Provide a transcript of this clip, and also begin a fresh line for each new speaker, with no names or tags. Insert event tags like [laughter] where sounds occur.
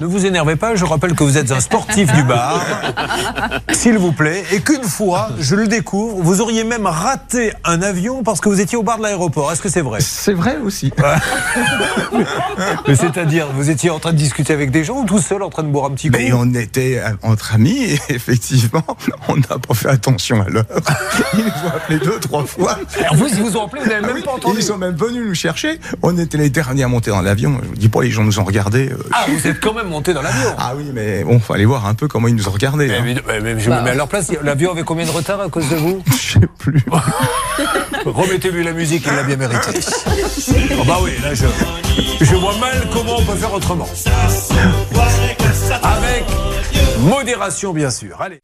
Ne vous énervez pas, je rappelle que vous êtes un sportif du bar, s'il vous plaît, et qu'une fois, je le découvre, vous auriez même raté un avion parce que vous étiez au bar de l'aéroport. Est-ce que c'est vrai
C'est vrai aussi.
Mais c'est-à-dire, vous étiez en train de discuter avec des gens ou tout seul en train de boire un petit coup
Mais on était euh, entre amis et [laughs] effectivement, on n'a pas fait attention à l'heure. [laughs] Ils nous ont appelés deux, trois fois.
Alors vous, ils vous ont appelé, vous n'avez
Ah
même
oui,
pas entendu.
Ils sont même venus nous chercher. On était les derniers à monter dans l'avion. Je vous dis pas, les gens nous ont regardés. euh,
Ah, vous êtes quand même monté dans l'avion.
Ah oui, mais bon, fallait voir un peu comment ils nous ont regardés.
Mais,
hein.
mais- mais je me mets à leur place. L'avion avait combien de retard à cause de vous
Je sais plus.
Remettez-lui la musique, il l'a bien mérité. Oh bah oui, là je, je vois mal comment on peut faire autrement. Avec modération bien sûr. Allez.